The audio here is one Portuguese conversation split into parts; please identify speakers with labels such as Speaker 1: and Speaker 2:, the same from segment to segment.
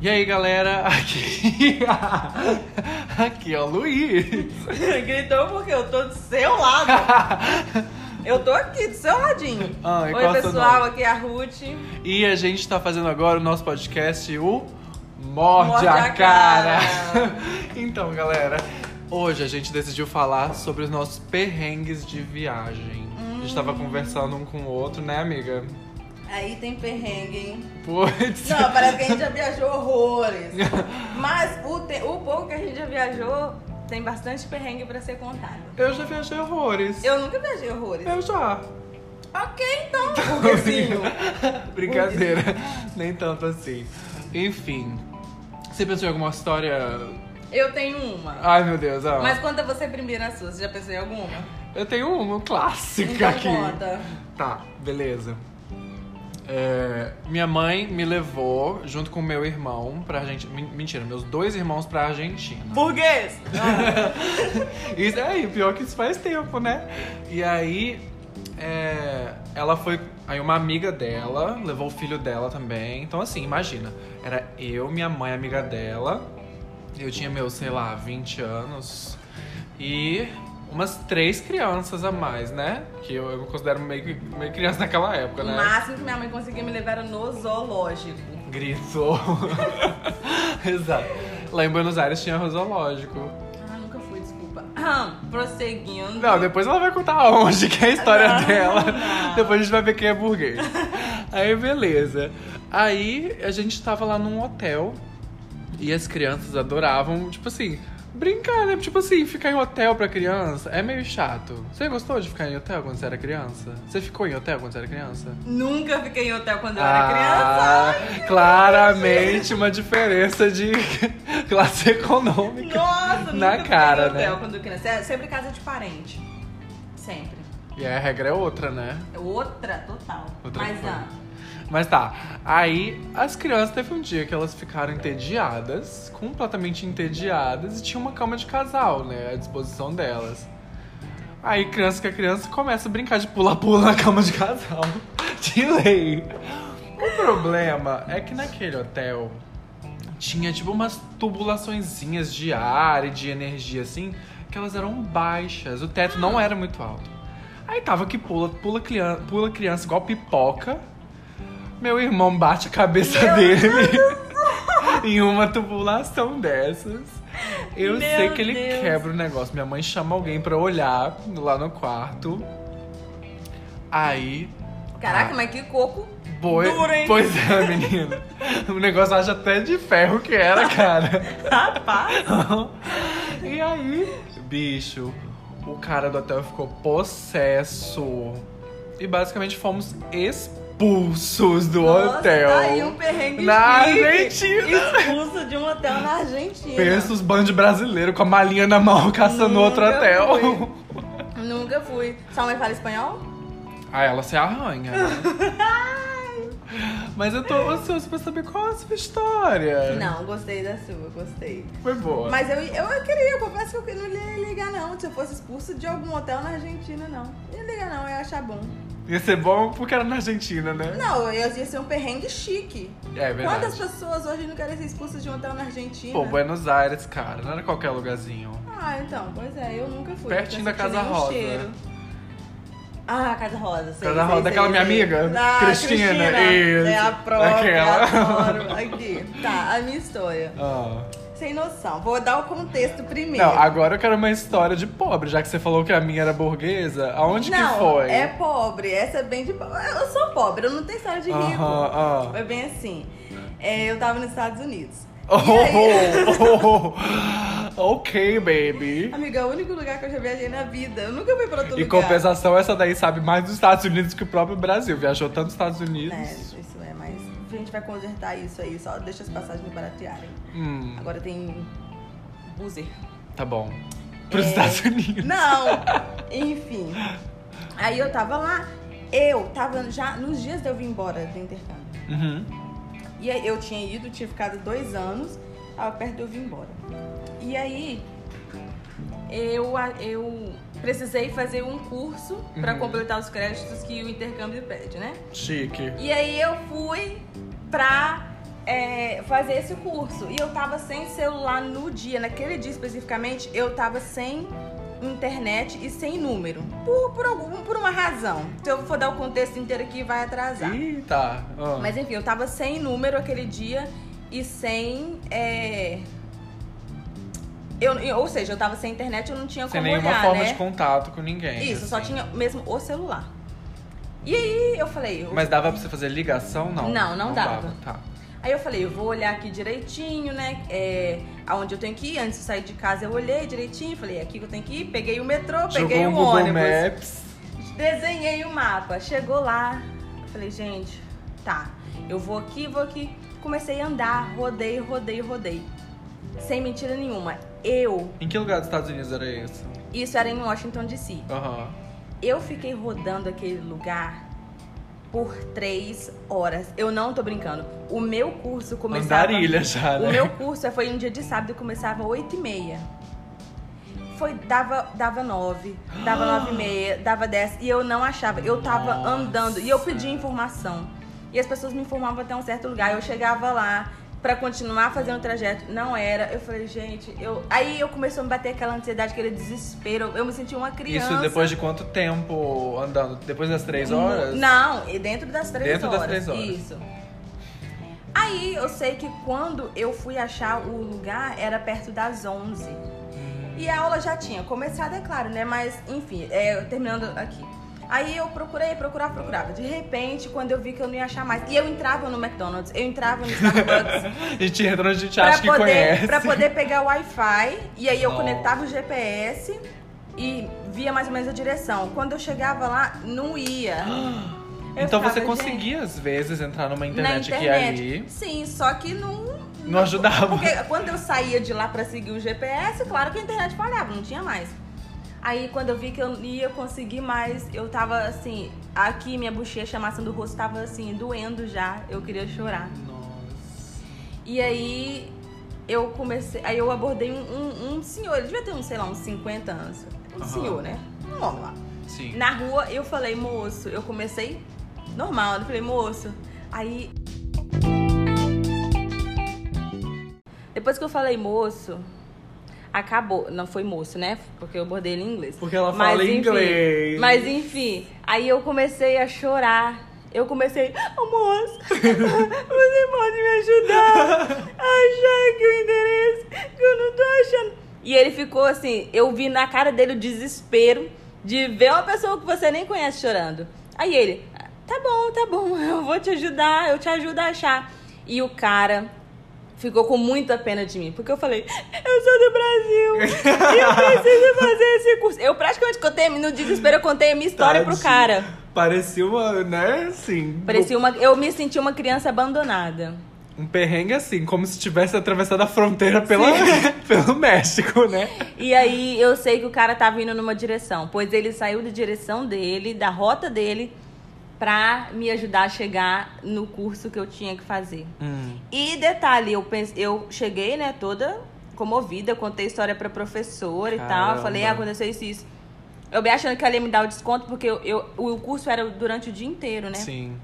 Speaker 1: E aí galera, aqui. aqui é o Luiz.
Speaker 2: Gritou porque eu tô do seu lado. Eu tô aqui do seu ladinho.
Speaker 1: Ah, e qual é o
Speaker 2: Oi,
Speaker 1: seu
Speaker 2: pessoal,
Speaker 1: nome?
Speaker 2: aqui é a Ruth.
Speaker 1: E a gente tá fazendo agora o nosso podcast, o Morde,
Speaker 2: Morde
Speaker 1: a
Speaker 2: a
Speaker 1: Cara.
Speaker 2: Cara.
Speaker 1: então, galera, hoje a gente decidiu falar sobre os nossos perrengues de viagem. A gente
Speaker 2: Hum.
Speaker 1: tava conversando um com o outro, né, amiga?
Speaker 2: Aí tem perrengue, hein?
Speaker 1: Putz.
Speaker 2: Não, parece que a gente já viajou horrores. Mas o, te- o pouco que a gente já viajou tem bastante perrengue pra ser contado.
Speaker 1: Eu já viajei horrores.
Speaker 2: Eu nunca viajei horrores.
Speaker 1: Eu já.
Speaker 2: Ok, então, burguesinho.
Speaker 1: Brincadeira. Nem tanto assim. Enfim. Você pensou em alguma história
Speaker 2: Eu tenho uma.
Speaker 1: Ai, meu Deus, ó.
Speaker 2: Mas conta você primeiro a sua. Você já pensou em alguma?
Speaker 1: Eu tenho uma clássica
Speaker 2: então
Speaker 1: aqui.
Speaker 2: conta.
Speaker 1: Tá, beleza. É, minha mãe me levou junto com meu irmão pra Argentina. Men- Mentira, meus dois irmãos pra Argentina.
Speaker 2: Burguês! Ah,
Speaker 1: Isso aí, pior é que isso faz tempo, né? E aí, é, ela foi. Aí, uma amiga dela levou o filho dela também. Então, assim, imagina: era eu, minha mãe, amiga dela. Eu tinha meus, sei lá, 20 anos. E umas três crianças a mais, né? Que eu, eu me considero meio, que- meio criança naquela época,
Speaker 2: O
Speaker 1: né?
Speaker 2: máximo que minha mãe conseguia me levar era no zoológico.
Speaker 1: Gritou. Exato. Lá em Buenos Aires tinha zoológico.
Speaker 2: Ah, nunca fui, desculpa. Aham, Prosseguindo.
Speaker 1: Não, depois ela vai contar onde que é a história
Speaker 2: Não,
Speaker 1: dela.
Speaker 2: não.
Speaker 1: Depois a gente vai ver quem é burguês. Aí, beleza. Aí a gente tava lá num hotel e as crianças adoravam, tipo assim, brincar, né? Tipo assim, ficar em hotel pra criança é meio chato. Você gostou de ficar em hotel quando você era criança? Você ficou em hotel quando você era criança?
Speaker 2: Nunca fiquei em hotel quando eu era
Speaker 1: Ah,
Speaker 2: criança.
Speaker 1: claramente uma diferença de classe econômica.
Speaker 2: Nossa,
Speaker 1: na
Speaker 2: nunca
Speaker 1: cara,
Speaker 2: fiquei em hotel
Speaker 1: né?
Speaker 2: quando criança. É sempre casa de parente. Sempre.
Speaker 1: E a regra é outra, né?
Speaker 2: É Outra total.
Speaker 1: Outra
Speaker 2: Mas
Speaker 1: coisa.
Speaker 2: ah,
Speaker 1: Mas tá, aí as crianças teve um dia que elas ficaram entediadas, completamente entediadas, e tinha uma cama de casal, né, à disposição delas. Aí criança que é criança começa a brincar de pula-pula na cama de casal. De lei. O problema é que naquele hotel tinha tipo umas tubulaçõezinhas de ar e de energia assim, que elas eram baixas, o teto não era muito alto. Aí tava que pula, pula criança, pula criança igual pipoca. Meu irmão bate a cabeça
Speaker 2: Meu
Speaker 1: dele em uma tubulação dessas. Eu
Speaker 2: Meu
Speaker 1: sei que ele
Speaker 2: Deus.
Speaker 1: quebra o negócio. Minha mãe chama alguém pra olhar lá no quarto. Aí.
Speaker 2: caraca,
Speaker 1: Ah.
Speaker 2: mas que coco.
Speaker 1: Boi...
Speaker 2: Duro, hein?
Speaker 1: Pois é, menina. o negócio acha até de ferro que era, cara.
Speaker 2: Rapaz.
Speaker 1: e aí, bicho, o cara do hotel ficou possesso. E basicamente fomos expulsos do
Speaker 2: Nossa,
Speaker 1: hotel.
Speaker 2: Tá aí um perrengue
Speaker 1: Na
Speaker 2: chique.
Speaker 1: Argentina.
Speaker 2: Expulso de um hotel na Argentina.
Speaker 1: Pensa os bandos brasileiros com a malinha na mão caçando
Speaker 2: Nunca
Speaker 1: outro hotel.
Speaker 2: fui. Nunca fui. Sua mãe fala espanhol?
Speaker 1: Aí ela se arranha. né? Mas eu tô ansioso pra saber qual é a sua história.
Speaker 2: Não, gostei da sua, gostei.
Speaker 1: Foi boa.
Speaker 2: Mas eu, eu queria, eu confesso que eu não ia ligar, não. Se eu fosse expulso de algum hotel na Argentina, não. Não ia ligar, não, eu ia achar bom.
Speaker 1: Ia ser bom porque era na Argentina, né?
Speaker 2: Não, eu ia ser um perrengue chique.
Speaker 1: É verdade.
Speaker 2: Quantas pessoas hoje não querem ser expulsas de um hotel na Argentina?
Speaker 1: Pô, Buenos Aires, cara. Não era qualquer lugarzinho.
Speaker 2: Ah, então, pois é, eu nunca fui.
Speaker 1: Pertinho
Speaker 2: nunca
Speaker 1: da Casa
Speaker 2: senti nenhum
Speaker 1: Rosa.
Speaker 2: cheiro. Ah, Casa Rosa, sei,
Speaker 1: Casa
Speaker 2: sei,
Speaker 1: Rosa,
Speaker 2: sei,
Speaker 1: aquela minha
Speaker 2: sei.
Speaker 1: amiga?
Speaker 2: Ah,
Speaker 1: Cristina, isso.
Speaker 2: É a própria,
Speaker 1: Aquela.
Speaker 2: adoro. Aqui, tá, a minha história.
Speaker 1: Ah.
Speaker 2: Sem noção, vou dar o contexto primeiro.
Speaker 1: Não, agora eu quero uma história de pobre, já que você falou que a minha era burguesa. Aonde
Speaker 2: não,
Speaker 1: que foi?
Speaker 2: é pobre. Essa é bem de pobre. Eu sou pobre, eu não tenho história de rico.
Speaker 1: Aham, ah.
Speaker 2: Foi bem assim. É, eu tava nos Estados Unidos.
Speaker 1: Oh,
Speaker 2: aí?
Speaker 1: oh, oh. ok, baby.
Speaker 2: Amiga, é o único lugar que eu já viajei na vida. Eu nunca fui pra outro
Speaker 1: Em
Speaker 2: lugar.
Speaker 1: compensação, essa daí sabe mais dos Estados Unidos que o próprio Brasil. Viajou tanto nos Estados
Speaker 2: É,
Speaker 1: Unidos.
Speaker 2: isso é, mas a gente vai consertar isso aí. Só deixa as passagens me baratearem.
Speaker 1: Hum,
Speaker 2: Agora tem buzzer.
Speaker 1: tá bom. Pros
Speaker 2: É.
Speaker 1: Estados Unidos.
Speaker 2: Não! Enfim. Aí eu tava lá. Eu tava já nos dias de eu vir embora do intercâmbio.
Speaker 1: Uhum.
Speaker 2: E aí eu tinha ido, tinha ficado dois anos, tava perto de eu vir embora. E aí eu, a- eu precisei fazer um curso pra
Speaker 1: Uhum.
Speaker 2: completar os créditos que o intercâmbio pede, né?
Speaker 1: Chique.
Speaker 2: E aí eu fui pra é, fazer esse curso. E eu tava sem celular no dia, naquele dia especificamente, eu tava sem internet e sem número. Por, por, algum, por uma razão. Se eu for dar o contexto inteiro aqui, vai atrasar.
Speaker 1: Eita! ó.
Speaker 2: Mas enfim, eu tava sem número aquele dia e sem. é, Eu, eu- ou seja, eu tava sem internet, eu não tinha
Speaker 1: Sem
Speaker 2: como
Speaker 1: nenhuma
Speaker 2: olhar,
Speaker 1: forma
Speaker 2: né?
Speaker 1: de contato com ninguém.
Speaker 2: Isso, só
Speaker 1: assim.
Speaker 2: tinha mesmo o celular. E aí eu falei, eu-
Speaker 1: Mas dava pra você fazer ligação? Não.
Speaker 2: Não, não dava.
Speaker 1: Tá.
Speaker 2: aí eu falei, eu vou olhar aqui direitinho, né? É, aonde eu tenho que ir, antes de sair de casa eu olhei direitinho, falei, é aqui que eu tenho que ir, peguei o metrô, peguei
Speaker 1: Jogou um
Speaker 2: o
Speaker 1: Google
Speaker 2: ônibus.
Speaker 1: Maps.
Speaker 2: Desenhei o mapa, chegou lá, falei, gente, tá, eu vou aqui, vou aqui. Comecei a andar, rodei, rodei, rodei. Sem mentira nenhuma. Eu,
Speaker 1: Em que lugar dos Estados Unidos era esse?
Speaker 2: isso era em Washington DC.
Speaker 1: Aham.
Speaker 2: Eu fiquei rodando aquele lugar por três horas. Eu não tô brincando. O meu curso começava.
Speaker 1: Andarilha já, né?
Speaker 2: O meu curso foi um dia de sábado, começava 8 e meia. Foi, dava, dava 9, dava 9 e meia, dava 10. E eu não achava. Eu tava
Speaker 1: Nossa.
Speaker 2: andando e eu pedia informação. E as pessoas me informavam até um certo lugar. Eu chegava lá pra continuar fazendo o trajeto. Não era. Eu falei, gente, eu. Aí eu começou a me bater aquela ansiedade, aquele desespero. Eu me senti uma criança.
Speaker 1: Isso depois de quanto tempo andando? Depois das três horas?
Speaker 2: Não, e dentro das três
Speaker 1: Dentro das
Speaker 2: horas.
Speaker 1: três horas.
Speaker 2: Isso. Aí eu sei que quando eu fui achar o lugar era perto das 11. E a aula já tinha começado, é claro, né? Mas enfim, é, terminando aqui. Aí eu procurei, procurava, procurava. De repente, quando eu vi que eu não ia achar mais. E eu entrava no McDonald's, eu entrava no Starbucks.
Speaker 1: A gente entra onde a gente
Speaker 2: pra,
Speaker 1: acha que
Speaker 2: poder,
Speaker 1: conhece.
Speaker 2: pra poder pegar o Wi-Fi. E aí eu
Speaker 1: Nossa.
Speaker 2: conectava o GPS e via mais ou menos a direção. Quando eu chegava lá, não ia. Eu
Speaker 1: Então
Speaker 2: ficava,
Speaker 1: você
Speaker 2: gente,
Speaker 1: conseguia, às vezes, entrar numa
Speaker 2: na
Speaker 1: internet, aqui e
Speaker 2: internet.
Speaker 1: ali.
Speaker 2: Sim, só que não.
Speaker 1: Não ajudava.
Speaker 2: Porque quando eu saía de lá pra seguir o GPS, claro que a internet falhava, não tinha mais. Aí quando eu vi que eu não ia conseguir mais, eu tava assim, aqui minha bochecha, a massa do rosto tava assim, doendo já, eu queria chorar.
Speaker 1: Nossa.
Speaker 2: E aí eu comecei, aí eu abordei um, um- um senhor, ele devia ter uns, sei lá, uns 50 anos. Um
Speaker 1: Aham.
Speaker 2: senhor, né? Um homem lá.
Speaker 1: Sim.
Speaker 2: Na rua eu falei, moço, eu comecei normal, eu falei, moço. Aí. Depois que eu falei moço, acabou. Não foi moço, né? Porque eu bordei ele em inglês.
Speaker 1: Porque ela
Speaker 2: Mas,
Speaker 1: fala
Speaker 2: enfim,
Speaker 1: inglês.
Speaker 2: Mas enfim, aí eu comecei a chorar. Eu comecei, "Ô, moço, você pode me ajudar a achar aqui o endereço que eu não tô achando. E ele ficou assim, eu vi na cara dele o desespero de ver uma pessoa que você nem conhece chorando. Aí ele, tá bom, tá bom, eu vou te ajudar, eu te ajudo a achar. E o cara ficou com muita pena de mim, porque eu falei, eu sou do Brasil, e eu preciso fazer esse curso. Eu praticamente contei, no desespero, eu contei a minha história pro
Speaker 1: Tadinho.
Speaker 2: cara.
Speaker 1: Parecia uma, né, assim...
Speaker 2: Parecia uma, eu me senti uma criança abandonada.
Speaker 1: Um perrengue assim, como se tivesse atravessado a fronteira pela, pelo México, né?
Speaker 2: E aí eu sei que o cara tava indo numa direção, pois ele saiu da direção dele, da rota dele, pra me ajudar a chegar no curso que eu tinha que fazer.
Speaker 1: Hum,
Speaker 2: E detalhe, eu, pense, eu cheguei, né, toda comovida, contei história pra professora e tal.
Speaker 1: Caramba.
Speaker 2: Falei, ah, aconteceu isso e isso. Eu bem achando que ela ia me dar o desconto, porque eu, eu- o curso era durante o dia inteiro, né?
Speaker 1: Sim.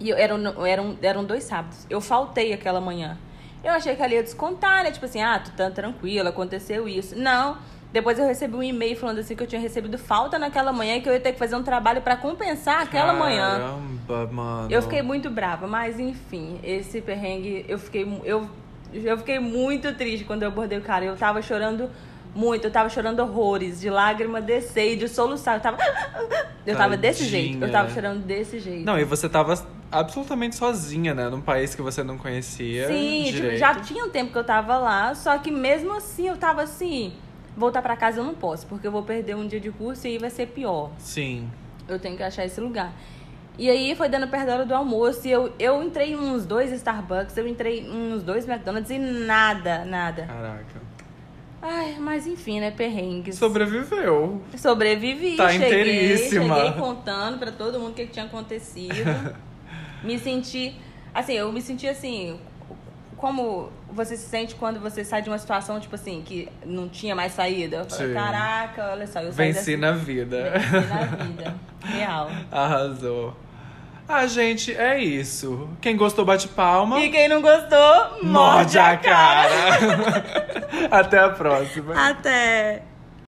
Speaker 2: E eu- eram, eram, eram dois sábados. Eu faltei aquela manhã. Eu achei que ela ia descontar, né? Tipo assim, ah, tu tá tranquila, aconteceu isso. Não. Depois eu recebi um e-mail falando assim que eu tinha recebido falta naquela manhã e que eu ia ter que fazer um trabalho pra compensar aquela manhã.
Speaker 1: Caramba, mano.
Speaker 2: Eu fiquei muito brava, mas enfim, esse perrengue, eu fiquei, mu- eu, eu fiquei muito triste quando eu abordei o cara. Eu tava chorando muito, eu tava chorando horrores, de lágrima descer e de soluçar. Eu tava. Eu tava desse
Speaker 1: Tadinha.
Speaker 2: jeito, eu tava chorando desse jeito.
Speaker 1: Não, e você tava absolutamente sozinha, né? Num país que você não conhecia
Speaker 2: Sim, tipo,
Speaker 1: direito.
Speaker 2: já tinha um tempo que eu tava lá, só que mesmo assim eu tava assim, voltar pra casa eu não posso, porque eu vou perder um dia de curso e aí vai ser pior.
Speaker 1: Sim.
Speaker 2: Eu tenho que achar esse lugar. E aí foi dando perto da hora do almoço e eu, eu entrei em uns dois Starbucks, eu entrei em uns dois McDonald's e nada, nada.
Speaker 1: Caraca.
Speaker 2: Ai, mas enfim, né, perrengues.
Speaker 1: Sobreviveu.
Speaker 2: Sobrevivi,
Speaker 1: Tá
Speaker 2: cheguei,
Speaker 1: inteiríssima.
Speaker 2: cheguei contando pra todo mundo o que que tinha acontecido. me senti, assim, eu me senti assim, como você se sente quando você sai de uma situação, tipo assim, que não tinha mais saída. Eu falei,
Speaker 1: Sim.
Speaker 2: caraca, olha só, eu saí
Speaker 1: Venci na vida.
Speaker 2: dessa... Venci na vida, real.
Speaker 1: Arrasou. Ah, gente, é isso. Quem gostou, bate palma.
Speaker 2: E quem não gostou,
Speaker 1: Morde a cara. Até a próxima.
Speaker 2: Até.